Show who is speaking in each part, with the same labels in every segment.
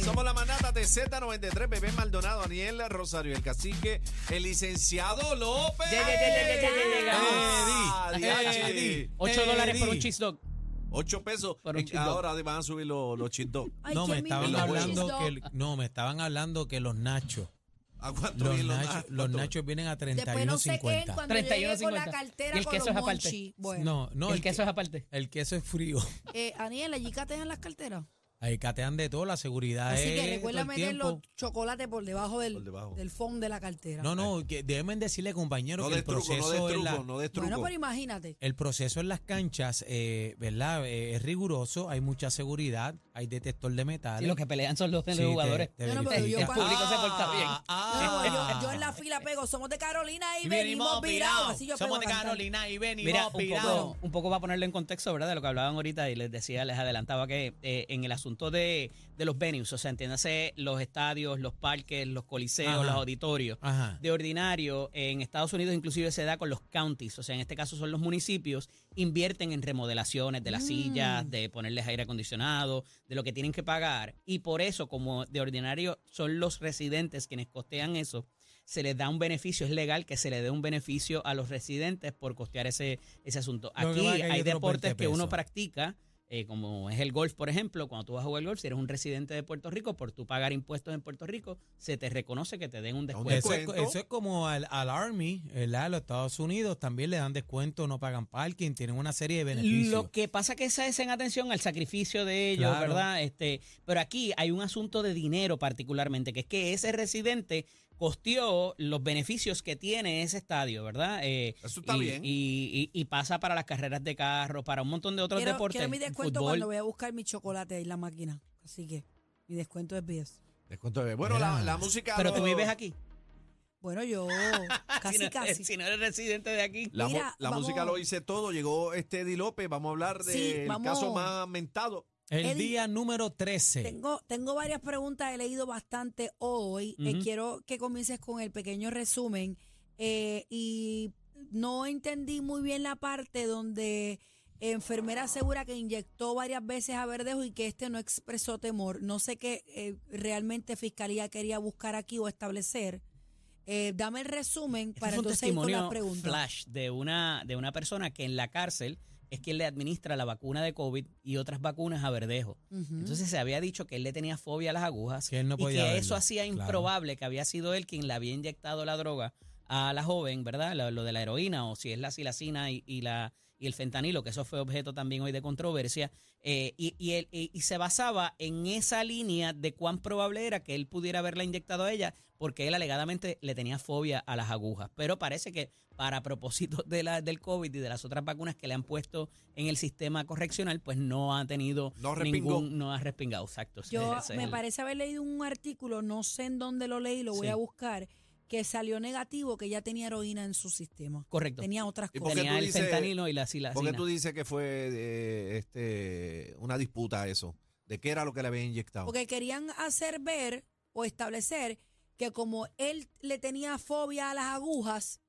Speaker 1: Somos la manata de Z93, Bebé Maldonado, Aniel Rosario, el cacique, el licenciado López. Ah,
Speaker 2: Ye, ye, ye, ye, ye, ye, ye, llegamos.
Speaker 1: Eddie,
Speaker 2: Ajá.
Speaker 1: Eddie,
Speaker 3: 8 dólares por un
Speaker 1: Eddie.
Speaker 3: cheese dog.
Speaker 1: Ocho pesos.
Speaker 3: Por un
Speaker 1: Es que
Speaker 3: cheese dog.
Speaker 1: Ahora van a subir los, los cheese dog.
Speaker 4: Ay,
Speaker 5: No,
Speaker 4: qué
Speaker 5: me estaban
Speaker 4: miedo.
Speaker 5: hablando que
Speaker 4: Cheese
Speaker 5: el- no, me estaban hablando que los nachos,
Speaker 1: ¿A cuánto
Speaker 5: los,
Speaker 1: bien los,
Speaker 5: nachos,
Speaker 1: nachos?
Speaker 5: los
Speaker 1: ¿Cuánto?
Speaker 5: nachos vienen a
Speaker 4: Después no se queden
Speaker 5: 31.50.
Speaker 4: cuando yo llegue con la
Speaker 3: 31.50.
Speaker 4: cartera
Speaker 3: Y el
Speaker 4: con
Speaker 3: queso
Speaker 4: los
Speaker 3: es aparte.
Speaker 4: monchi. Bueno,
Speaker 5: No, no,
Speaker 3: el,
Speaker 5: el
Speaker 3: queso
Speaker 5: que-
Speaker 3: es aparte.
Speaker 5: El queso es frío.
Speaker 4: eh, Aniel, allí catean las carteras.
Speaker 5: Ahí catean de todo, la seguridad
Speaker 4: Así
Speaker 5: es
Speaker 4: que recuerda
Speaker 5: todo el
Speaker 4: meter los
Speaker 5: tiempo.
Speaker 4: chocolates por debajo del,
Speaker 1: Por debajo.
Speaker 4: del fondo de la cartera.
Speaker 5: No, no, que deben decirle, compañero,
Speaker 1: No
Speaker 5: que
Speaker 1: des
Speaker 5: el
Speaker 1: truco, no
Speaker 5: proceso
Speaker 1: des
Speaker 5: en la-
Speaker 1: truco, no des truco.
Speaker 4: bueno, pero imagínate.
Speaker 5: el proceso en las canchas, eh, ¿verdad? Eh, es riguroso, hay mucha seguridad, hay detector de
Speaker 3: Sí,
Speaker 5: metales.
Speaker 3: los que pelean son los, los
Speaker 5: Sí, te-
Speaker 3: jugadores.
Speaker 5: te
Speaker 4: No, no, pero yo
Speaker 5: verifican.
Speaker 4: pa- público
Speaker 3: se porta bien.
Speaker 4: No,
Speaker 5: ah.
Speaker 4: yo, yo en la fila pego, somos de Carolina y venimos
Speaker 5: virados.
Speaker 4: virados. Así yo pego a cantar.
Speaker 5: y venimos
Speaker 3: Mira, un
Speaker 5: virados.
Speaker 3: poco, un poco para ponerlo en contexto, ¿verdad? De lo que hablaban ahorita y les decía, les adelantaba que eh, en el asunto de, de los venues, o sea, entiéndase los estadios, los parques, los coliseos,
Speaker 5: Ajá.
Speaker 3: los auditorios.
Speaker 5: Ajá.
Speaker 3: De ordinario, en Estados Unidos inclusive se da con los counties, o sea, en este caso son los municipios, invierten en remodelaciones de
Speaker 5: Mm.
Speaker 3: las sillas, de ponerles aire acondicionado, de lo que tienen que pagar. Y por eso, como de ordinario son los residentes quienes costean eso, se les da un beneficio, es legal que se le dé un beneficio a los residentes por costear ese, ese asunto.
Speaker 5: Lo
Speaker 3: Aquí
Speaker 5: que pasa es que hay
Speaker 3: hay
Speaker 5: otros
Speaker 3: deportes
Speaker 5: 20
Speaker 3: que uno
Speaker 5: pesos.
Speaker 3: practica, eh, como es el golf, por ejemplo, cuando tú vas a jugar golf, si eres un residente de Puerto Rico, por tú pagar impuestos en Puerto Rico, se te reconoce que te den un
Speaker 1: descuento.
Speaker 3: descuento.
Speaker 5: Pues Eso
Speaker 1: descuento.
Speaker 5: es, eso es como al, al Army, ¿verdad? Los Estados Unidos también le dan descuento, no pagan parking, tienen una serie de beneficios.
Speaker 3: Lo que pasa que esa es en atención al sacrificio de ellos,
Speaker 5: Claro.
Speaker 3: ¿verdad? Este, pero aquí hay un asunto de dinero particularmente, que es que ese residente costeó los beneficios que tiene ese estadio, ¿verdad? Eh,
Speaker 1: Eso está
Speaker 3: y,
Speaker 1: bien.
Speaker 3: Y, y- y pasa para las carreras de carro, para un montón de otros
Speaker 4: Quiero,
Speaker 3: deportes.
Speaker 4: quiero mi descuento
Speaker 3: fútbol.
Speaker 4: cuando voy a buscar mi chocolate ahí en la máquina. Así que mi descuento es 10.
Speaker 1: Descuento de- Bueno, la,
Speaker 5: Mira.
Speaker 1: la música.
Speaker 3: Pero
Speaker 1: lo-
Speaker 3: tú vives aquí.
Speaker 4: Bueno, yo casi,
Speaker 3: si no, eh,
Speaker 4: casi.
Speaker 3: Si no eres residente de aquí.
Speaker 1: La, mu-
Speaker 4: Mira,
Speaker 1: la
Speaker 4: vamos-
Speaker 1: música lo hice todo. Llegó este Eddie López. Vamos a hablar del
Speaker 4: Sí, vamos.
Speaker 1: caso más mentado.
Speaker 5: el
Speaker 4: Eddie,
Speaker 5: día número 13.
Speaker 4: Tengo, tengo varias preguntas, he leído bastante hoy. Eh,
Speaker 3: Ujú.
Speaker 4: quiero que comiences con el pequeño resumen. Eh, y no entendí muy bien la parte donde enfermera asegura que inyectó varias veces a Verdejo y que este no expresó temor. No sé qué eh, realmente Fiscalía quería buscar aquí o establecer. Eh, dame el resumen
Speaker 3: Este
Speaker 4: para
Speaker 3: es un
Speaker 4: entonces ir con
Speaker 3: testimonio
Speaker 4: las preguntas.
Speaker 3: flash de una, de una persona que en la cárcel es quien le administra la vacuna de COVID y otras vacunas a Verdejo.
Speaker 4: Ujú.
Speaker 3: Entonces se había dicho que él le tenía fobia a las agujas
Speaker 5: Que él no
Speaker 3: y que
Speaker 5: podía
Speaker 3: eso
Speaker 5: verlo,
Speaker 3: hacía
Speaker 5: claro.
Speaker 3: improbable que había sido él quien le había inyectado la droga a la joven, ¿verdad? Lo, lo de la heroína o si es la silacina y, y la y el fentanilo, que eso fue objeto también hoy de controversia, eh, y, y él- y- y se basaba en esa línea de cuán probable era que él pudiera haberla inyectado a ella, porque él alegadamente le tenía fobia a las agujas. Pero parece que para propósitos de la, del COVID y de las otras vacunas que le han puesto en el sistema correccional, pues no ha tenido
Speaker 1: No respingó.
Speaker 3: ningún, no ha respingado, exacto. ese-
Speaker 4: Yo
Speaker 1: Pues,
Speaker 3: ese es
Speaker 4: me
Speaker 3: el-
Speaker 4: parece haber leído un artículo, no sé en dónde lo leí, lo voy
Speaker 3: Sí.
Speaker 4: a buscar, que salió negativo, que ya tenía heroína en su sistema.
Speaker 3: Correcto.
Speaker 4: Tenía otras
Speaker 1: ¿Y por qué
Speaker 4: cosas.
Speaker 3: Tenía
Speaker 1: tú
Speaker 3: el
Speaker 1: dices-
Speaker 3: fentanilo y la silacina.
Speaker 1: ¿Por qué tú dices que fue eh, este, una disputa eso? ¿De qué era lo que le habían inyectado?
Speaker 4: Porque querían hacer ver o establecer que como él le tenía fobia a las agujas,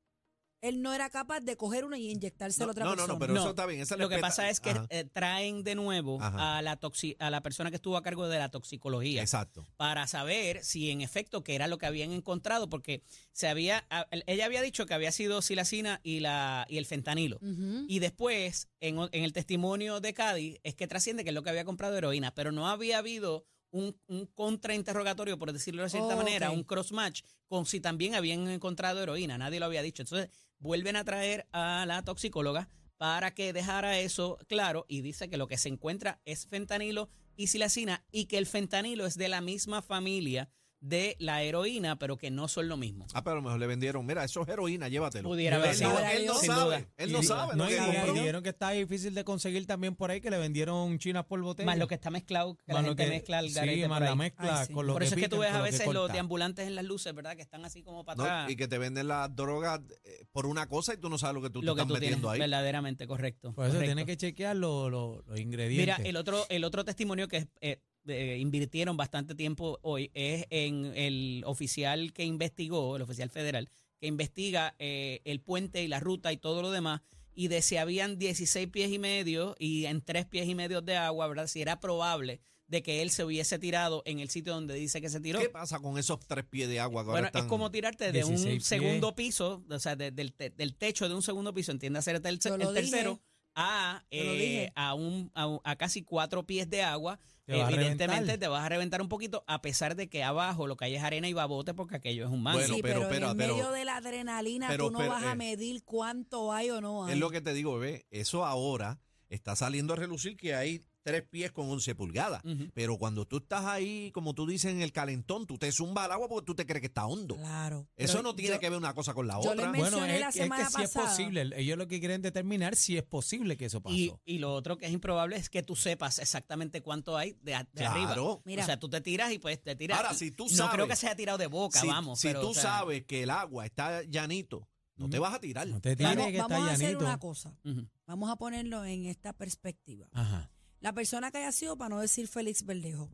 Speaker 4: él no era capaz de coger una y inyectársela
Speaker 1: no,
Speaker 4: a otra
Speaker 1: no, no,
Speaker 4: persona.
Speaker 1: no, pero
Speaker 3: No,
Speaker 1: eso está bien. esa
Speaker 3: Lo que
Speaker 1: respeta-
Speaker 3: pasa es que
Speaker 1: Ajá,
Speaker 3: eh, traen de nuevo
Speaker 1: Ajá.
Speaker 3: a la, toxi- a la persona que estuvo a cargo de la toxicología
Speaker 1: Exacto.
Speaker 3: para saber si en efecto que era lo que habían encontrado, porque se había, a- ella había dicho que había sido silacina y, la, y el fentanilo.
Speaker 4: Ujú.
Speaker 3: Y después, en, o- en el testimonio de Cádiz, es que trasciende que es lo que había comprado heroína, pero no había habido un, un contrainterrogatorio, por decirlo de cierta
Speaker 4: Oh,
Speaker 3: manera,
Speaker 4: ok.
Speaker 3: un cross-match con si también habían encontrado heroína. Nadie lo había dicho. Entonces, vuelven a traer a la toxicóloga para que dejara eso claro y dice que lo que se encuentra es fentanilo y silacina y que el fentanilo es de la misma familia de la heroína, pero que no son lo mismo.
Speaker 1: Ah, pero a lo mejor le vendieron. Mira, eso es heroína, llévatelo.
Speaker 3: Pudiera haber
Speaker 1: él, no-
Speaker 4: sido.
Speaker 1: él no
Speaker 3: Sin
Speaker 1: sabe.
Speaker 3: duda.
Speaker 1: Él no
Speaker 5: Y-
Speaker 1: sabe. lo
Speaker 5: y,
Speaker 1: que
Speaker 5: y
Speaker 1: compró.
Speaker 5: dijeron que está difícil de conseguir también por ahí, que le vendieron chinas por botella.
Speaker 3: Más lo que está mezclado, que la
Speaker 5: Más lo
Speaker 3: gente
Speaker 5: que-
Speaker 3: mezcla el
Speaker 5: sí,
Speaker 3: garete por
Speaker 5: más
Speaker 3: ahí.
Speaker 5: la mezcla
Speaker 4: Ay, sí.
Speaker 5: con lo
Speaker 3: Por
Speaker 5: que
Speaker 3: eso es que tú
Speaker 5: pican,
Speaker 3: ves
Speaker 5: con
Speaker 3: a
Speaker 5: lo que
Speaker 3: veces los
Speaker 5: cortan.
Speaker 3: deambulantes en las luces, ¿verdad? Que están así como para
Speaker 1: No,
Speaker 3: atrás.
Speaker 1: y que te venden las drogas eh, por una cosa y tú no sabes lo que tú te
Speaker 3: lo que
Speaker 1: estás
Speaker 3: tú tienes
Speaker 1: metiendo ahí.
Speaker 3: verdaderamente correcto.
Speaker 5: Por eso
Speaker 3: correcto.
Speaker 5: tiene que chequear lo- lo- los ingredientes.
Speaker 3: Mira, el otro, el otro testimonio que eh, eh, invirtieron bastante tiempo hoy es en el oficial que investigó, el oficial federal, que investiga eh, el puente y la ruta y todo lo demás, y de si habían 16 pies y medio y en 3 pies y medio de agua, ¿verdad? Si era probable de que él se hubiese tirado en el sitio donde dice que se tiró.
Speaker 1: ¿Qué pasa con esos tres pies de agua que ahora
Speaker 3: Bueno,
Speaker 1: están?
Speaker 3: es como tirarte de un
Speaker 5: 16 pies.
Speaker 3: segundo piso, o sea, de- del, te- del techo de un segundo piso, entiende hacer el, terce-
Speaker 4: Yo lo
Speaker 3: el tercero,
Speaker 4: dije.
Speaker 3: a,
Speaker 4: Yo lo
Speaker 3: eh,
Speaker 4: dije.
Speaker 3: a, un, a, un- a casi cuatro pies de agua.
Speaker 5: Te va a
Speaker 3: Evidentemente
Speaker 5: reventar.
Speaker 3: te vas a reventar un poquito, a pesar de que abajo lo que hay es arena y babote, porque aquello es un mango.
Speaker 1: Bueno,
Speaker 4: sí,
Speaker 1: pero,
Speaker 4: pero,
Speaker 1: pero,
Speaker 4: en
Speaker 1: pero-
Speaker 4: medio de la adrenalina
Speaker 1: pero,
Speaker 4: tú no
Speaker 1: pero,
Speaker 4: vas
Speaker 1: eh,
Speaker 4: a medir cuánto hay o no hay.
Speaker 3: eh.
Speaker 1: Es lo que te digo, bebé. Eso ahora está saliendo a relucir que hay tres pies con 11 pulgadas.
Speaker 3: Ujú.
Speaker 1: Pero cuando tú estás ahí, como tú dices, en el calentón, tú te zumba al agua porque tú te crees que está hondo.
Speaker 4: Claro.
Speaker 1: Eso
Speaker 4: Pero
Speaker 1: no tiene
Speaker 4: yo-
Speaker 1: que ver una cosa con la
Speaker 4: yo
Speaker 1: otra.
Speaker 4: le mencioné
Speaker 5: bueno, es,
Speaker 4: la
Speaker 5: es
Speaker 4: semana
Speaker 5: que si es
Speaker 4: pasada.
Speaker 5: posible. Ellos lo que quieren determinar si es posible que eso pasó.
Speaker 3: y, y lo otro que es improbable es que tú sepas exactamente cuánto hay de, a- de arriba.
Speaker 1: Claro.
Speaker 4: Mira.
Speaker 3: O sea, tú te tiras y pues te tiras.
Speaker 1: Ahora, si tú
Speaker 3: No
Speaker 1: sabes-
Speaker 3: creo que se haya tirado de boca,
Speaker 1: si
Speaker 3: vamos.
Speaker 1: si
Speaker 3: pero,
Speaker 1: tú
Speaker 3: o sea,
Speaker 1: sabes que el agua está llanito, no te vas a tirar.
Speaker 5: no te tires
Speaker 4: Vamos,
Speaker 5: que
Speaker 4: vamos
Speaker 5: está
Speaker 4: a hacer
Speaker 5: llanito.
Speaker 4: una cosa.
Speaker 3: ujú.
Speaker 4: Vamos a ponerlo en esta perspectiva.
Speaker 5: Ajá.
Speaker 4: La persona que haya sido, para no decir Félix Verdejo,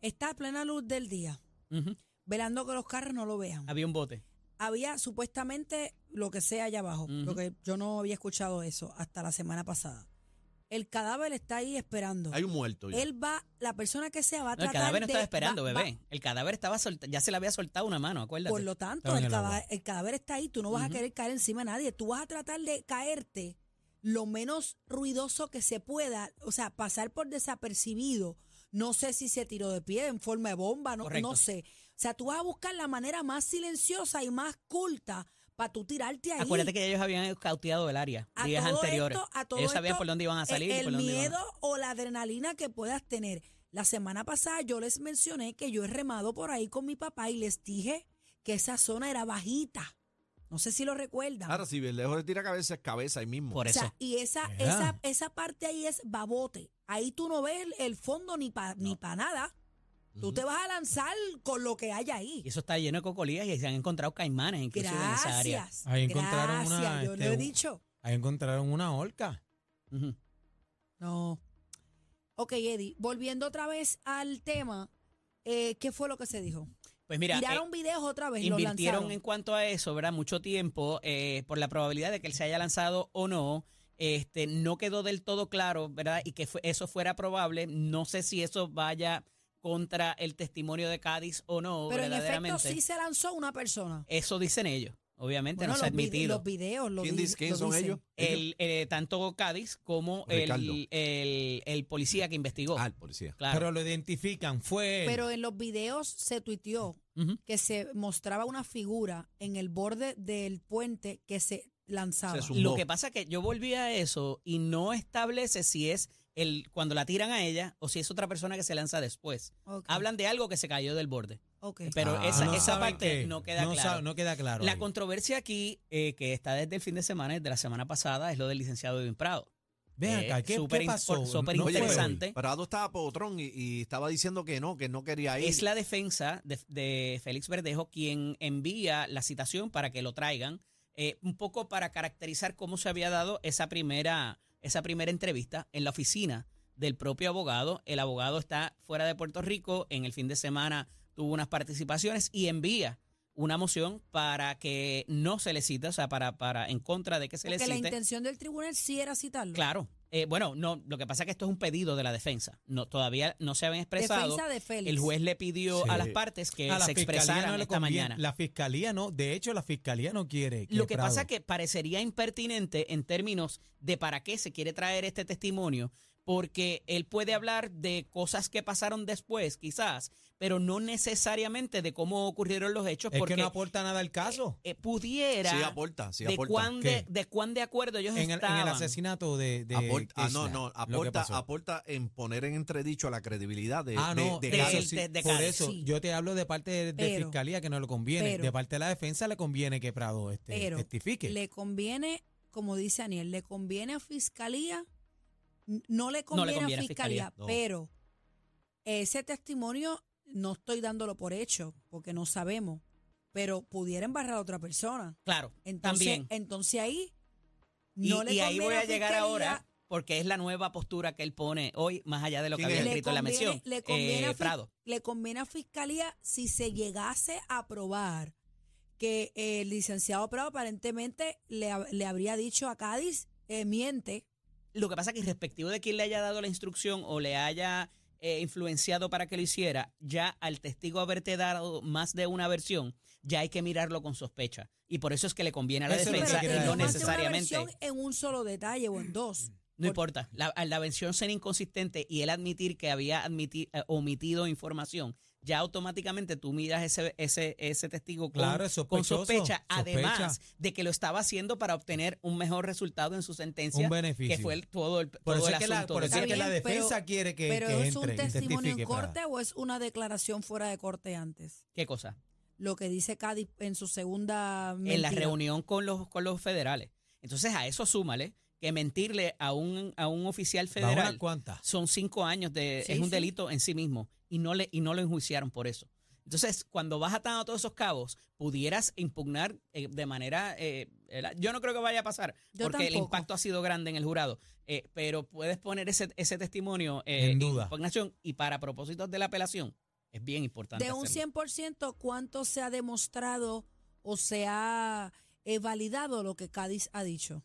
Speaker 4: está a plena luz del día,
Speaker 3: Ujú.
Speaker 4: velando que los carros no lo vean.
Speaker 3: Había un bote.
Speaker 4: Había supuestamente lo que sea allá abajo,
Speaker 3: Ujú.
Speaker 4: lo que yo no había escuchado eso hasta la semana pasada. El cadáver está ahí esperando.
Speaker 1: Hay un muerto. ya.
Speaker 4: Él va, la persona que sea va a
Speaker 3: No, el
Speaker 4: tratar
Speaker 3: cadáver no
Speaker 4: de-
Speaker 3: estaba esperando,
Speaker 4: va- va-
Speaker 3: bebé. El cadáver estaba solta- ya se le había soltado una mano, acuérdate.
Speaker 4: Por lo tanto,
Speaker 5: Estaba en
Speaker 4: el,
Speaker 5: el agua.
Speaker 4: cada- el cadáver está ahí, tú no vas a
Speaker 3: Ujú.
Speaker 4: querer caer encima de nadie, tú vas a tratar de caerte lo menos ruidoso que se pueda, o sea, pasar por desapercibido. No sé si se tiró de pie en forma de bomba, no,
Speaker 3: Correcto.
Speaker 4: no sé. O sea, tú vas a buscar la manera más silenciosa y más culta para tú tirarte ahí.
Speaker 3: Acuérdate que ellos habían cauteado el área
Speaker 4: A
Speaker 3: días
Speaker 4: todo
Speaker 3: anteriores.
Speaker 4: esto- a todo
Speaker 3: ellos sabían
Speaker 4: esto, e
Speaker 3: por dónde iban a salir. y
Speaker 4: el
Speaker 3: por dónde iban a-
Speaker 4: miedo o la adrenalina que puedas tener. La semana pasada yo les mencioné que yo he remado por ahí con mi papá y les dije que esa zona era bajita. No sé si lo recuerdan.
Speaker 1: Ahora, si Verdejo le tira cabeza, es cabeza ahí mismo.
Speaker 3: Ah, Por
Speaker 4: O
Speaker 3: eso.
Speaker 4: sea, y esa,
Speaker 5: Ajá.
Speaker 4: esa, esa parte ahí es babote. Ahí tú no ves el- el fondo ni para ni pa nada. Tú
Speaker 1: Ujú.
Speaker 4: te vas a lanzar con lo que hay ahí.
Speaker 3: y eso está lleno de cocolías y se han encontrado caimanes inclusive en esa área.
Speaker 4: Gracias.
Speaker 5: Ahí encontraron una,
Speaker 4: gracias, Yo
Speaker 5: este,
Speaker 4: lo he
Speaker 5: un-
Speaker 4: dicho.
Speaker 5: Ahí encontraron una horca.
Speaker 3: Ujú.
Speaker 4: No. Ok, Eddie, volviendo otra vez al tema, eh, ¿qué fue lo que se dijo?
Speaker 3: Pues mira, eh,
Speaker 4: Tiraron videos otra vez, lo lanzaron.
Speaker 3: invirtieron en cuanto a eso, ¿verdad? Mucho tiempo eh, por la probabilidad de que él se haya lanzado o no. Este, no quedó del todo claro, ¿verdad? Y que fue- eso fuera probable. No sé si eso vaya contra el testimonio de Cádiz o no,
Speaker 4: Pero en
Speaker 3: verdaderamente.
Speaker 4: efecto sí se lanzó una persona.
Speaker 3: Eso dicen ellos. Obviamente
Speaker 4: Bueno,
Speaker 3: no se ha
Speaker 4: los, vide-
Speaker 3: admitido.
Speaker 4: los videos, lo
Speaker 1: ¿Quién
Speaker 4: di-
Speaker 1: dice quién
Speaker 4: lo
Speaker 1: son
Speaker 4: dicen.
Speaker 1: ellos? Ellos.
Speaker 3: el, eh, tanto Cádiz como
Speaker 1: Ricardo.
Speaker 3: el, el, el policía que investigó.
Speaker 1: Ah, el policía.
Speaker 3: claro.
Speaker 5: Pero lo identifican, fue él.
Speaker 4: Pero en los videos se tuiteó
Speaker 3: Ujú.
Speaker 4: que se mostraba una figura en el borde del puente que se lanzaba.
Speaker 1: Se sum-
Speaker 3: Lo
Speaker 1: tumbó.
Speaker 3: que pasa es que yo volví a eso y no establece si es el cuando la tiran a ella o si es otra persona que se lanza después.
Speaker 4: Ok,
Speaker 3: Hablan de algo que se cayó del borde.
Speaker 4: ok.
Speaker 3: Pero
Speaker 1: Ah.
Speaker 3: esa,
Speaker 1: No
Speaker 3: esa
Speaker 5: saben
Speaker 3: parte
Speaker 5: qué.
Speaker 3: no queda
Speaker 5: no
Speaker 3: clara.
Speaker 5: sabe- no queda claro.
Speaker 3: La
Speaker 5: ahí.
Speaker 3: controversia aquí, eh, que está desde el fin de semana, desde la semana pasada, es lo del licenciado Edwin Prado.
Speaker 5: Ven
Speaker 3: eh,
Speaker 5: acá, ¿qué,
Speaker 3: súper
Speaker 5: qué
Speaker 3: impor-
Speaker 5: pasó?
Speaker 3: súper
Speaker 5: No fue
Speaker 1: pero-
Speaker 3: interesante.
Speaker 1: Prado estaba potrón y, y estaba diciendo que no, que no quería ir.
Speaker 3: Es la defensa de, de Félix Verdejo quien envía la citación para que lo traigan, eh, un poco para caracterizar cómo se había dado esa primera, esa primera entrevista en la oficina del propio abogado. El abogado está fuera de Puerto Rico, en el fin de semana tuvo unas participaciones y envía una moción para que no se le cite, o sea, para, para en contra de que se
Speaker 4: Porque
Speaker 3: le
Speaker 4: la
Speaker 3: cite.
Speaker 4: intención del tribunal sí era citarlo.
Speaker 3: Claro. Eh, bueno, no, lo que pasa es que esto es un pedido de la defensa. No, todavía no se habían expresado.
Speaker 4: Defensa de Félix.
Speaker 3: El juez le pidió
Speaker 1: Sí.
Speaker 3: a las partes que
Speaker 5: A la
Speaker 3: se
Speaker 5: fiscalía
Speaker 3: expresaran
Speaker 5: no le
Speaker 3: esta
Speaker 5: conviene-
Speaker 3: mañana.
Speaker 5: La fiscalía no, de hecho la fiscalía no quiere.
Speaker 3: Lo que pasa
Speaker 5: Prado-
Speaker 3: es que parecería impertinente en términos de para qué se quiere traer este testimonio, porque él puede hablar de cosas que pasaron después, quizás, pero no necesariamente de cómo ocurrieron los hechos,
Speaker 5: Es
Speaker 3: porque
Speaker 5: que no aporta nada al caso.
Speaker 3: eh, pudiera
Speaker 1: Sí aporta, sí
Speaker 3: de,
Speaker 1: aporta.
Speaker 3: cuán de,
Speaker 5: ¿Qué?
Speaker 3: de cuán de acuerdo ellos
Speaker 5: En el, en
Speaker 3: estaban.
Speaker 5: el asesinato de, de
Speaker 1: Aporta- ah, no,
Speaker 5: Kirchner,
Speaker 1: no,
Speaker 5: lo que
Speaker 1: aporta,
Speaker 5: pasó.
Speaker 1: aporta en poner en entredicho la credibilidad de,
Speaker 5: Ah,
Speaker 1: de-
Speaker 5: no,
Speaker 1: de
Speaker 3: de-
Speaker 1: Gato.
Speaker 5: eso
Speaker 3: del-
Speaker 5: sí,
Speaker 3: de- de
Speaker 5: por
Speaker 3: Cali.
Speaker 5: eso
Speaker 4: Sí.
Speaker 5: yo te hablo de parte de, de
Speaker 4: Pero-
Speaker 5: fiscalía que no le conviene,
Speaker 4: pero-
Speaker 5: de parte de la defensa le conviene que Prado este,
Speaker 4: Pero
Speaker 5: testifique.
Speaker 4: Le conviene, como dice Aniel, le conviene a fiscalía, N- no le conviene,
Speaker 3: conviene
Speaker 4: a
Speaker 3: a
Speaker 4: fiscalía,
Speaker 3: fiscalía, no.
Speaker 4: pero ese testimonio no estoy dándolo por hecho, porque no sabemos, pero pudiera embarrar a otra persona.
Speaker 3: Claro,
Speaker 4: Entonces,
Speaker 3: también.
Speaker 4: entonces ahí
Speaker 3: Y,
Speaker 4: no le
Speaker 3: y ahí
Speaker 4: conviene
Speaker 3: voy a
Speaker 4: la
Speaker 3: llegar
Speaker 4: fiscalía,
Speaker 3: ahora porque es la nueva postura que él pone hoy, más allá de lo que
Speaker 1: ¿Quién
Speaker 3: había
Speaker 1: es?
Speaker 4: le
Speaker 3: escrito en la
Speaker 4: conviene-
Speaker 3: mención.
Speaker 4: le conviene
Speaker 3: eh,
Speaker 4: a fis-
Speaker 3: Prado.
Speaker 4: le conviene a fiscalía si se llegase a probar que el licenciado Prado aparentemente le, ha- le habría dicho a Cádiz, eh, miente,
Speaker 3: Lo que pasa es que irrespectivo de quién le haya dado la instrucción o le haya eh, influenciado para que lo hiciera, ya al testigo haberte dado más de una versión, ya hay que mirarlo con sospecha. Y por eso es que le conviene a la
Speaker 5: Eso es lo que
Speaker 3: defensa
Speaker 5: quería
Speaker 3: y no
Speaker 5: decir.
Speaker 4: más de una
Speaker 3: necesariamente.
Speaker 4: versión en un solo detalle o en dos.
Speaker 3: No importa, la, a la versión ser inconsistente y él admitir que había admiti- eh, omitido información, ya automáticamente tú miras ese, ese, ese testigo con,
Speaker 5: Claro, es
Speaker 3: con
Speaker 5: sospechoso,
Speaker 3: sospecha,
Speaker 5: sospecha.
Speaker 3: además de que lo estaba haciendo para obtener un mejor resultado en su sentencia,
Speaker 5: Un beneficio.
Speaker 3: que fue el- todo el,
Speaker 5: por
Speaker 3: todo
Speaker 5: eso
Speaker 3: el
Speaker 5: es que la,
Speaker 3: asunto.
Speaker 5: por eso
Speaker 3: de
Speaker 5: es que
Speaker 4: Está
Speaker 5: la
Speaker 4: bien, pero-
Speaker 5: defensa quiere que,
Speaker 4: Pero
Speaker 5: que
Speaker 4: es un
Speaker 5: entre, que
Speaker 4: testimonio en
Speaker 5: testifique Prado.
Speaker 4: corte o es una declaración fuera de corte antes.
Speaker 3: ¿Qué cosa?
Speaker 4: Lo que dice Cádiz en su segunda
Speaker 3: en la
Speaker 4: mentira.
Speaker 3: reunión con los, con los federales. Entonces a eso súmale que mentirle a un, a un oficial
Speaker 5: Bajo unas
Speaker 3: federal
Speaker 5: cuantas.
Speaker 3: son cinco años de
Speaker 4: Sí,
Speaker 3: es un
Speaker 4: sí.
Speaker 3: delito en sí mismo y no le y no lo enjuiciaron por eso entonces cuando vas atando todos esos cabos pudieras impugnar eh, de manera eh, el- yo no creo que vaya a pasar
Speaker 4: Yo
Speaker 3: porque el
Speaker 4: tampoco.
Speaker 3: impacto ha sido grande en el jurado eh, pero puedes poner ese, ese testimonio eh,
Speaker 5: En duda.
Speaker 3: impugnación y para propósitos de la apelación es bien importante
Speaker 4: De un
Speaker 3: hacerlo.
Speaker 4: 100%, ¿cuánto se ha demostrado o se ha eh, validado lo que Cádiz ha dicho?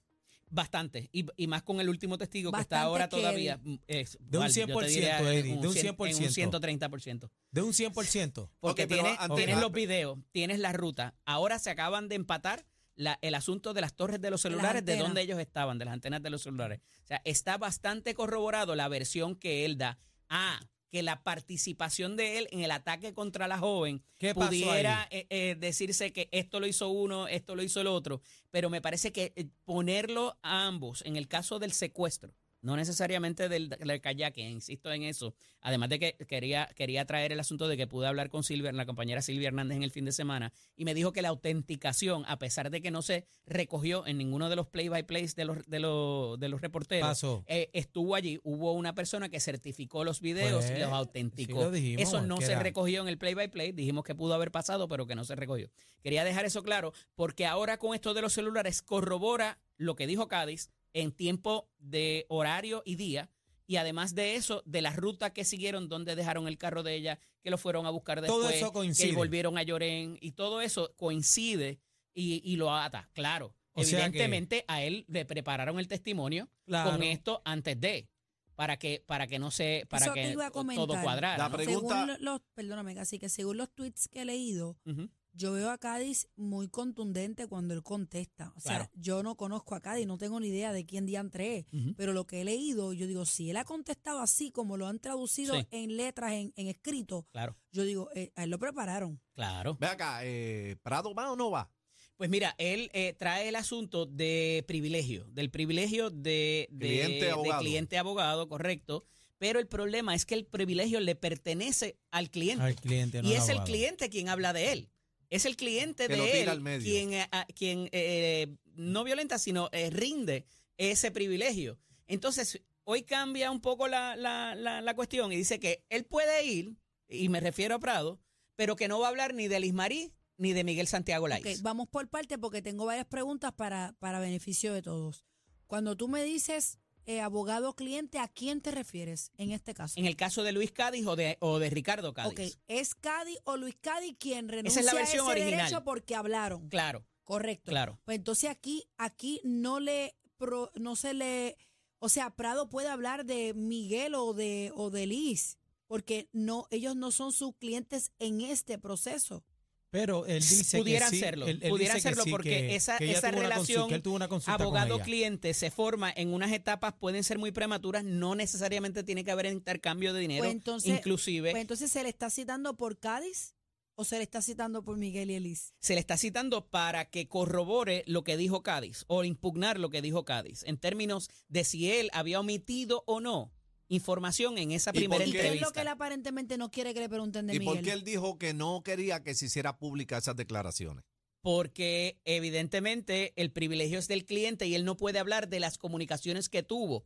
Speaker 3: bastante y, y más con el último testigo que está
Speaker 4: Bastante
Speaker 3: ahora
Speaker 4: que
Speaker 3: todavía
Speaker 4: el-
Speaker 3: mm, es-
Speaker 5: De un
Speaker 3: Valdi, yo te
Speaker 5: 100%,
Speaker 3: diría,
Speaker 5: Eddie, de un
Speaker 3: cien- en
Speaker 5: 100%.
Speaker 3: un 130%
Speaker 5: De un 100%.
Speaker 3: Porque
Speaker 1: Ok, pero
Speaker 3: tienes,
Speaker 1: antes-
Speaker 3: tienes
Speaker 1: ah,
Speaker 3: los videos, tienes la ruta. Ahora se acaban de empatar la- el asunto de las torres de los celulares, de
Speaker 4: antenas.
Speaker 3: dónde ellos estaban, de las antenas de los celulares. O sea, está bastante corroborado la versión que él da. Ah, que la participación de él en el ataque contra la joven
Speaker 5: ¿Qué pasó
Speaker 3: pudiera
Speaker 5: ahí?
Speaker 3: eh, eh, decirse que esto lo hizo uno, esto lo hizo el otro. Pero me parece que eh, ponerlo a ambos, en el caso del secuestro, no necesariamente del, del kayaking, insisto en eso, Además de que quería, quería traer el asunto de que pude hablar con Silvia, la compañera Silvia Hernández en el fin de semana, y me dijo que la autenticación, a pesar de que no se recogió en ninguno de los play-by-plays de los, de los, de los reporteros,
Speaker 5: Pasó.
Speaker 3: eh, estuvo allí, hubo una persona que certificó los videos y
Speaker 5: Pues,
Speaker 3: los
Speaker 5: sí
Speaker 3: autenticó.
Speaker 5: lo dijimos,
Speaker 3: eso no
Speaker 5: que
Speaker 3: se
Speaker 5: era-
Speaker 3: recogió en el play-by-play, dijimos que pudo haber pasado, pero que no se recogió. Quería dejar eso claro, porque ahora con esto de los celulares corrobora lo que dijo Cádiz en tiempo de horario y día, y además de eso, de la ruta que siguieron, donde dejaron el carro de ella, que lo fueron a buscar después,
Speaker 5: Todo eso coincide.
Speaker 3: que volvieron a Llorén, y todo eso coincide y, y lo ata, claro.
Speaker 5: O sea que-
Speaker 3: Evidentemente a él le prepararon el testimonio
Speaker 5: Claro.
Speaker 3: con este esto antes de para que para que no se para
Speaker 4: Eso te
Speaker 3: que
Speaker 4: iba a
Speaker 3: todo
Speaker 4: comentar.
Speaker 3: cuadrara.
Speaker 1: La
Speaker 3: ¿no?
Speaker 1: pre- pregunta-
Speaker 4: Según lo- los, perdóname, así que según los tweets que he leído,
Speaker 3: Ujú.
Speaker 4: yo veo a Cádiz muy contundente cuando él contesta. O sea,
Speaker 3: Claro.
Speaker 4: yo no conozco a Cádiz, no tengo ni idea de quién diantre es,
Speaker 3: Ujú.
Speaker 4: pero lo que he leído, yo digo, si él ha contestado así como lo han traducido
Speaker 3: Sí.
Speaker 4: en letras, en, en escrito,
Speaker 3: Claro,
Speaker 4: yo digo, eh, a él lo prepararon.
Speaker 3: claro.
Speaker 1: Ve acá, eh, ¿Prado va o no va?
Speaker 3: Pues mira, él eh, trae el asunto de privilegio, del privilegio de, de-
Speaker 1: Cliente
Speaker 3: de
Speaker 1: abogado.
Speaker 3: cliente abogado, correcto. Pero el problema es que el privilegio le pertenece al cliente.
Speaker 5: Al cliente, no
Speaker 3: y
Speaker 5: al
Speaker 3: es el
Speaker 5: abogado.
Speaker 3: cliente quien habla de él. Es el cliente
Speaker 1: Que lo
Speaker 3: de
Speaker 1: tira
Speaker 3: él
Speaker 1: al medio.
Speaker 3: quien, eh, a- quien eh, no violenta, sino eh, rinde ese privilegio. Entonces, hoy cambia un poco la, la- la- la cuestión y dice que él puede ir, y me refiero a Prado, pero que no va a hablar ni de Liz Marí ni de Miguel Santiago
Speaker 4: Ok,
Speaker 3: Laís.
Speaker 4: vamos por parte porque tengo varias preguntas para, para beneficio de todos. Cuando tú me dices eh, abogado cliente, ¿a quién te refieres en este caso?
Speaker 3: En el caso de Luis Cádiz o de, o de Ricardo Cádiz.
Speaker 4: Ok, ¿es Cádiz o Luis Cádiz quien renuncia
Speaker 3: versión
Speaker 4: a ese
Speaker 3: original.
Speaker 4: derecho porque hablaron?
Speaker 3: Claro,
Speaker 4: Correcto.
Speaker 3: claro.
Speaker 4: Pues entonces aquí, aquí no le pro- no se le, o sea, Prado puede hablar de Miguel o de o de Liz, porque no, ellos no son sus clientes en este proceso.
Speaker 5: Pero él dice
Speaker 3: Pudieran
Speaker 5: que sí,
Speaker 3: serlo,
Speaker 5: él- él
Speaker 3: pudieran
Speaker 5: dice que
Speaker 3: serlo
Speaker 5: sí,
Speaker 3: porque
Speaker 5: que-
Speaker 3: esa-
Speaker 5: que ella
Speaker 3: esa
Speaker 5: tuvo una consulta,
Speaker 3: relación
Speaker 5: que él tuvo una consulta con ella.
Speaker 3: Abogado-cliente se forma en unas etapas, pueden ser muy prematuras, no necesariamente tiene que haber intercambio de dinero,
Speaker 4: Pues entonces-
Speaker 3: inclusive
Speaker 4: Pues entonces, ¿se le está citando por Cádiz o se le está citando por Miguel y Elis?
Speaker 3: se le está citando para que corrobore lo que dijo Cádiz o impugnar lo que dijo Cádiz en términos de si él había omitido o no información en esa
Speaker 1: ¿Y por
Speaker 3: primera
Speaker 1: qué?
Speaker 4: ¿Y qué es
Speaker 3: entrevista.
Speaker 4: lo que él aparentemente no quiere que le pregunten de
Speaker 1: ¿Y
Speaker 4: Miguel?
Speaker 1: por qué él dijo que no quería que se hiciera pública esas declaraciones?
Speaker 3: porque evidentemente el privilegio es del cliente y él no puede hablar de las comunicaciones que tuvo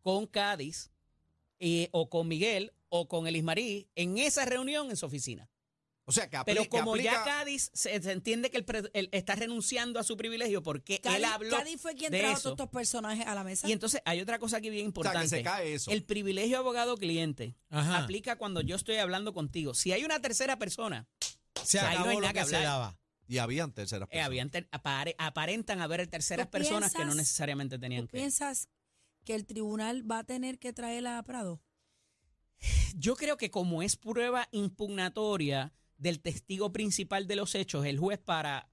Speaker 3: con Cádiz eh, o con Miguel o con Elismarí en esa reunión en su oficina.
Speaker 1: O sea, que, apli-
Speaker 3: Pero
Speaker 1: que
Speaker 3: como ya
Speaker 1: aplica...
Speaker 3: Cádiz se, se entiende que él, pre- él está renunciando a su privilegio porque
Speaker 4: Cádiz,
Speaker 3: él habló
Speaker 4: Cádiz fue quien
Speaker 3: de
Speaker 4: trajo a
Speaker 3: eso.
Speaker 4: todos estos personajes a la mesa.
Speaker 3: y entonces hay otra cosa aquí
Speaker 1: o
Speaker 3: bien
Speaker 1: sea,
Speaker 3: importante.
Speaker 1: que se cae eso.
Speaker 3: El privilegio abogado-cliente
Speaker 5: Ajá.
Speaker 3: aplica cuando yo estoy hablando contigo. Si hay una tercera persona, eh,
Speaker 5: Se
Speaker 3: Ahí no
Speaker 5: acabó
Speaker 3: hay
Speaker 5: lo
Speaker 3: nada
Speaker 5: que
Speaker 3: que
Speaker 5: se
Speaker 3: hablar.
Speaker 5: daba.
Speaker 1: Y habían terceras
Speaker 3: eh,
Speaker 1: personas.
Speaker 3: habían ter- apare- aparentan haber terceras
Speaker 4: ¿Tú
Speaker 3: personas que no
Speaker 4: piensas-
Speaker 3: necesariamente tenían
Speaker 4: ¿Tú
Speaker 3: que.
Speaker 4: piensas que el tribunal va a tener que traer a Prado?
Speaker 3: Yo creo que como es prueba impugnatoria del testigo principal de los hechos, el juez para,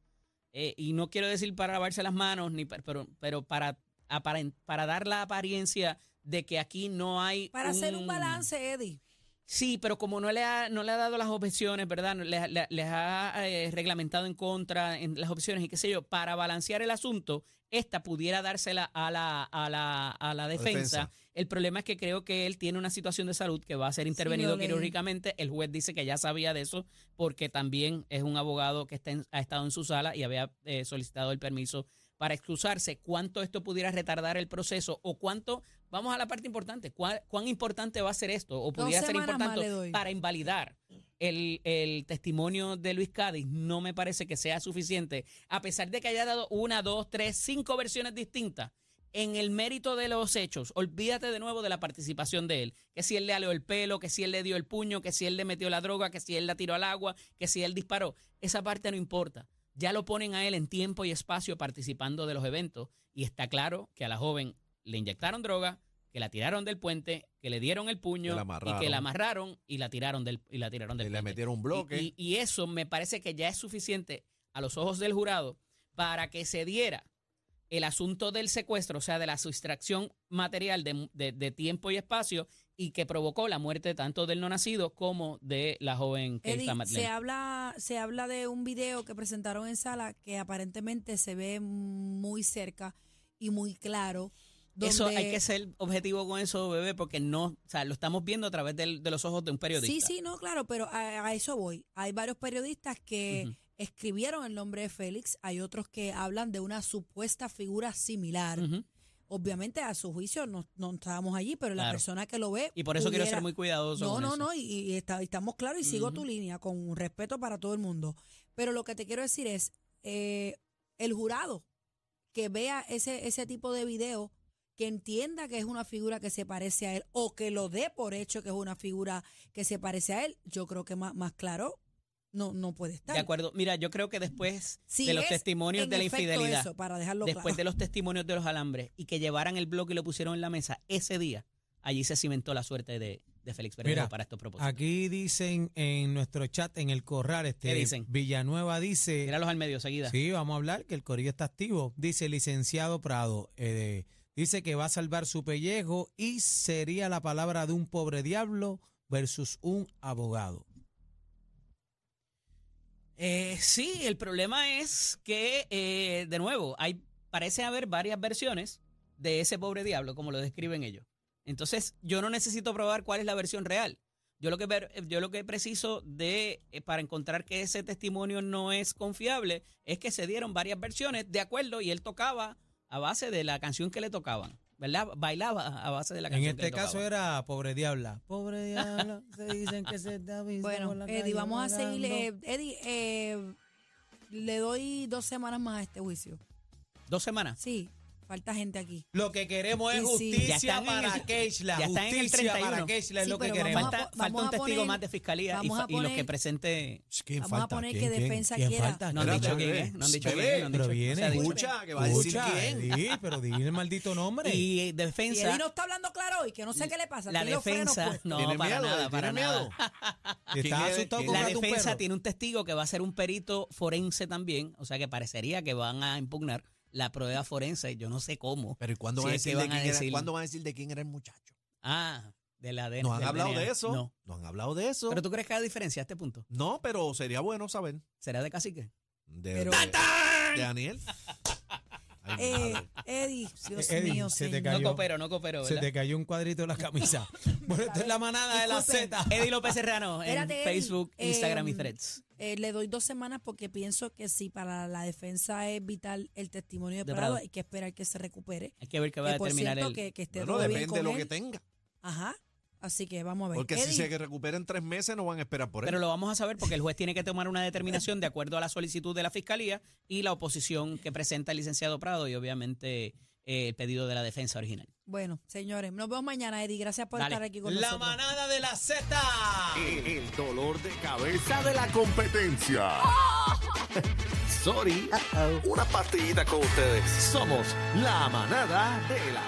Speaker 3: eh, y no quiero decir para lavarse las manos, ni pa- pero, pero para, aparen- para dar la apariencia de que aquí no hay...
Speaker 4: Para hacer
Speaker 1: Mm.
Speaker 4: un balance, Eddie.
Speaker 3: Sí, pero como no le ha, no le ha dado las objeciones, ¿verdad? No, le- le- les ha eh, reglamentado en contra en las objeciones y qué sé yo, para balancear el asunto, esta pudiera dársela a la, a la, a la defensa.
Speaker 1: defensa.
Speaker 3: El problema es que creo que él tiene una situación de salud que va a ser intervenido
Speaker 4: lo leí.
Speaker 3: quirúrgicamente. El juez dice que ya sabía de eso porque también es un abogado que está en- ha estado en su sala y había eh, solicitado el permiso para excusarse. ¿Cuánto esto pudiera retardar el proceso o cuánto... Vamos a la parte importante. ¿Cuán, cuán importante va a ser esto? ¿O pudiera ser
Speaker 4: semanas más le doy.
Speaker 3: importante para invalidar el, el testimonio de Luis Cádiz? No me parece que sea suficiente. A pesar de que haya dado una, dos, tres, cinco versiones distintas, en el mérito de los hechos, olvídate de nuevo de la participación de él. Que si él le aleó el pelo, que si él le dio el puño, que si él le metió la droga, que si él la tiró al agua, que si él disparó. Esa parte no importa. Ya lo ponen a él en tiempo y espacio participando de los eventos. Y está claro que a la joven le inyectaron droga, que la tiraron del puente, que le dieron el
Speaker 1: Que
Speaker 3: puño
Speaker 1: la
Speaker 3: y que
Speaker 1: amarraron.
Speaker 3: la amarraron y la tiraron del, y la tiraron del
Speaker 1: Y le
Speaker 3: puente.
Speaker 1: metieron un bloque.
Speaker 3: Y, y- y eso me parece que ya es suficiente a los ojos del jurado para que se diera el asunto del secuestro, o sea, de la sustracción material de, de- de tiempo y espacio y que provocó la muerte tanto del no nacido como de la joven que
Speaker 4: Eddie,
Speaker 3: está
Speaker 4: se habla, se habla de un video que presentaron en sala que aparentemente se ve muy cerca y muy claro. Donde
Speaker 3: Eso hay que ser objetivo con eso, bebé, porque no, o sea, lo estamos viendo a través del- de los ojos de un periodista.
Speaker 4: Sí, sí, no, claro, pero a, a eso voy. Hay varios periodistas que
Speaker 3: Ujú.
Speaker 4: escribieron el nombre de Félix, hay otros que hablan de una supuesta figura similar.
Speaker 3: Ujú.
Speaker 4: Obviamente a su juicio no, no estábamos allí, pero la
Speaker 3: Claro.
Speaker 4: persona que lo ve...
Speaker 3: Y por eso quiero
Speaker 4: pudiera-
Speaker 3: ser muy cuidadoso.
Speaker 4: No,
Speaker 3: con
Speaker 4: no,
Speaker 3: eso.
Speaker 4: no, y, y está- y estamos claros y sigo tu
Speaker 3: Ujú.
Speaker 4: línea con respeto para todo el mundo. Pero lo que te quiero decir es, eh, el jurado que vea ese, ese tipo de video, que entienda que es una figura que se parece a él o que lo dé por hecho que es una figura que se parece a él, yo creo que más, más claro no, no puede estar.
Speaker 3: De acuerdo. Mira, yo creo que después
Speaker 4: Si
Speaker 3: de los
Speaker 4: es,
Speaker 3: testimonios
Speaker 4: en
Speaker 3: de la
Speaker 4: efecto,
Speaker 3: infidelidad,
Speaker 4: eso, para dejarlo
Speaker 3: después
Speaker 4: claro.
Speaker 3: de los testimonios de los alambres y que llevaran el bloque y lo pusieron en la mesa, ese día, allí se cimentó la suerte de, de Félix Berredo
Speaker 5: Mira,
Speaker 3: para estos propósitos.
Speaker 5: Aquí dicen en nuestro chat, en el corral, este
Speaker 3: ¿Qué dicen?
Speaker 5: Villanueva dice...
Speaker 3: Míralos al medio seguida.
Speaker 5: Sí, vamos a hablar, que el corillo está activo. Dice licenciado Prado, eh, dice que va a salvar su pellejo y sería la palabra de un pobre diablo versus un abogado.
Speaker 3: Eh, sí, el problema es que, eh, de nuevo, hay, parece haber varias versiones de ese pobre diablo, como lo describen ellos. Entonces, yo no necesito probar cuál es la versión real. Yo lo que, ver- yo lo que preciso de, eh, para encontrar que ese testimonio no es confiable es que se dieron varias versiones de acuerdo y él tocaba a base de la canción que le tocaban, ¿verdad? Bailaba a base de la
Speaker 5: En
Speaker 3: canción que
Speaker 5: este
Speaker 3: le
Speaker 5: caso
Speaker 3: tocaban.
Speaker 5: era pobre diabla. Pobre diabla, se dicen que se está
Speaker 4: Bueno, Eddie, vamos a seguirle. Eddie, eh, le doy dos semanas más a este juicio.
Speaker 3: Dos semanas.
Speaker 4: Sí, Falta gente aquí.
Speaker 5: Lo que queremos es
Speaker 4: Y
Speaker 3: Ya
Speaker 4: sí.
Speaker 5: justicia
Speaker 3: están en
Speaker 5: para
Speaker 3: el-
Speaker 5: Keishla.
Speaker 3: ya están en el
Speaker 5: Justicia
Speaker 3: 31.
Speaker 5: para Keishla es
Speaker 4: Sí,
Speaker 5: lo que
Speaker 4: pero vamos
Speaker 5: queremos.
Speaker 4: a-
Speaker 3: Falta,
Speaker 4: po-
Speaker 3: falta un
Speaker 4: vamos a
Speaker 3: testigo
Speaker 4: poner-
Speaker 3: más de fiscalía y,
Speaker 4: vamos
Speaker 3: fa-
Speaker 4: a
Speaker 3: y los que
Speaker 4: poner-
Speaker 3: presente.
Speaker 5: ¿Quién
Speaker 4: Vamos a poner que defensa
Speaker 5: ¿Quién
Speaker 4: quiera.
Speaker 5: falta?
Speaker 3: No han dicho
Speaker 1: Ah, Espérate,
Speaker 3: quién
Speaker 1: bebé.
Speaker 3: es. No han dicho
Speaker 1: Bebé,
Speaker 3: quién es. no han
Speaker 5: pero
Speaker 3: dicho quién es,
Speaker 5: viene.
Speaker 3: se ha dicho.
Speaker 1: Escucha, que va a decir
Speaker 5: Escucha,
Speaker 1: quién.
Speaker 5: di, pero di el maldito nombre.
Speaker 3: Y eh,
Speaker 4: Si
Speaker 3: defensa.
Speaker 4: Eddie no está hablando claro hoy, que no sé qué le pasa.
Speaker 3: La
Speaker 4: tiene los frenos
Speaker 3: defensa.
Speaker 4: puestos.
Speaker 3: No,
Speaker 1: ¿Tiene
Speaker 3: para
Speaker 1: miedo,
Speaker 3: nada,
Speaker 1: Eddie?
Speaker 3: para
Speaker 1: ¿Tiene
Speaker 3: nada.
Speaker 1: miedo? ¿Quién
Speaker 5: Estás
Speaker 1: es?
Speaker 5: asustado
Speaker 1: ¿Quién
Speaker 5: con
Speaker 1: es?
Speaker 3: La
Speaker 5: gato, un
Speaker 3: defensa
Speaker 5: perro.
Speaker 3: tiene un testigo que va a ser un perito forense también, o sea que parecería que van a impugnar la prueba forense, yo no sé cómo.
Speaker 1: Pero ¿y cuándo,
Speaker 3: Si
Speaker 1: van a
Speaker 3: es que
Speaker 1: decir de
Speaker 3: van a
Speaker 1: quién era-
Speaker 3: decir-
Speaker 1: cuándo van a decir de quién era el muchacho?
Speaker 3: Ah, de la de
Speaker 1: No han
Speaker 3: del
Speaker 1: hablado
Speaker 3: DNA.
Speaker 1: de eso.
Speaker 3: No.
Speaker 1: No. han hablado de eso.
Speaker 3: Pero tú crees que hay diferencia a este punto?
Speaker 1: no, pero sería bueno saber.
Speaker 3: ¿Será de cacique?
Speaker 1: De,
Speaker 4: Pero-
Speaker 1: de- de Daniel. Ay,
Speaker 4: Eh,
Speaker 1: madre.
Speaker 4: Eddie, Dios
Speaker 5: Eddie,
Speaker 4: mío,
Speaker 5: se te
Speaker 4: señor.
Speaker 5: Cayó.
Speaker 3: No coopero, no coopero,
Speaker 5: Se
Speaker 3: ¿verdad?
Speaker 5: te cayó un cuadrito de la camisa. bueno, esto es la manada de la
Speaker 4: Disculpen.
Speaker 5: Z.
Speaker 3: Eddie López Serrano en
Speaker 4: Espérate, Eddie.
Speaker 3: Facebook, Instagram y
Speaker 4: Em,
Speaker 3: Threads.
Speaker 4: Eh, le doy dos semanas porque pienso que si para la defensa es vital el testimonio de
Speaker 3: De
Speaker 4: Prado,
Speaker 3: Prado.
Speaker 4: hay que esperar que se recupere.
Speaker 3: Hay que ver qué va a
Speaker 4: Que por
Speaker 3: determinar
Speaker 4: cierto,
Speaker 3: el...
Speaker 4: que, que esté
Speaker 1: Bueno,
Speaker 4: todo bien
Speaker 1: depende de
Speaker 4: con
Speaker 1: lo
Speaker 4: él.
Speaker 1: que tenga.
Speaker 4: Ajá. Así que vamos a ver.
Speaker 1: Porque si
Speaker 4: Eddie,
Speaker 1: se que recupera en tres meses, no van a esperar por él.
Speaker 3: Pero lo vamos a saber porque el juez tiene que tomar una determinación de acuerdo a la solicitud de la fiscalía y la oposición que presenta el licenciado Prado y obviamente eh, el pedido de la defensa original.
Speaker 4: Bueno, señores, nos vemos mañana, Eddie. Gracias por
Speaker 3: Dale.
Speaker 4: estar aquí con
Speaker 5: La
Speaker 4: nosotros.
Speaker 5: manada de la Z.
Speaker 6: El, el dolor de cabeza de la competencia. Sorry. Una partidita con ustedes. Somos la manada de la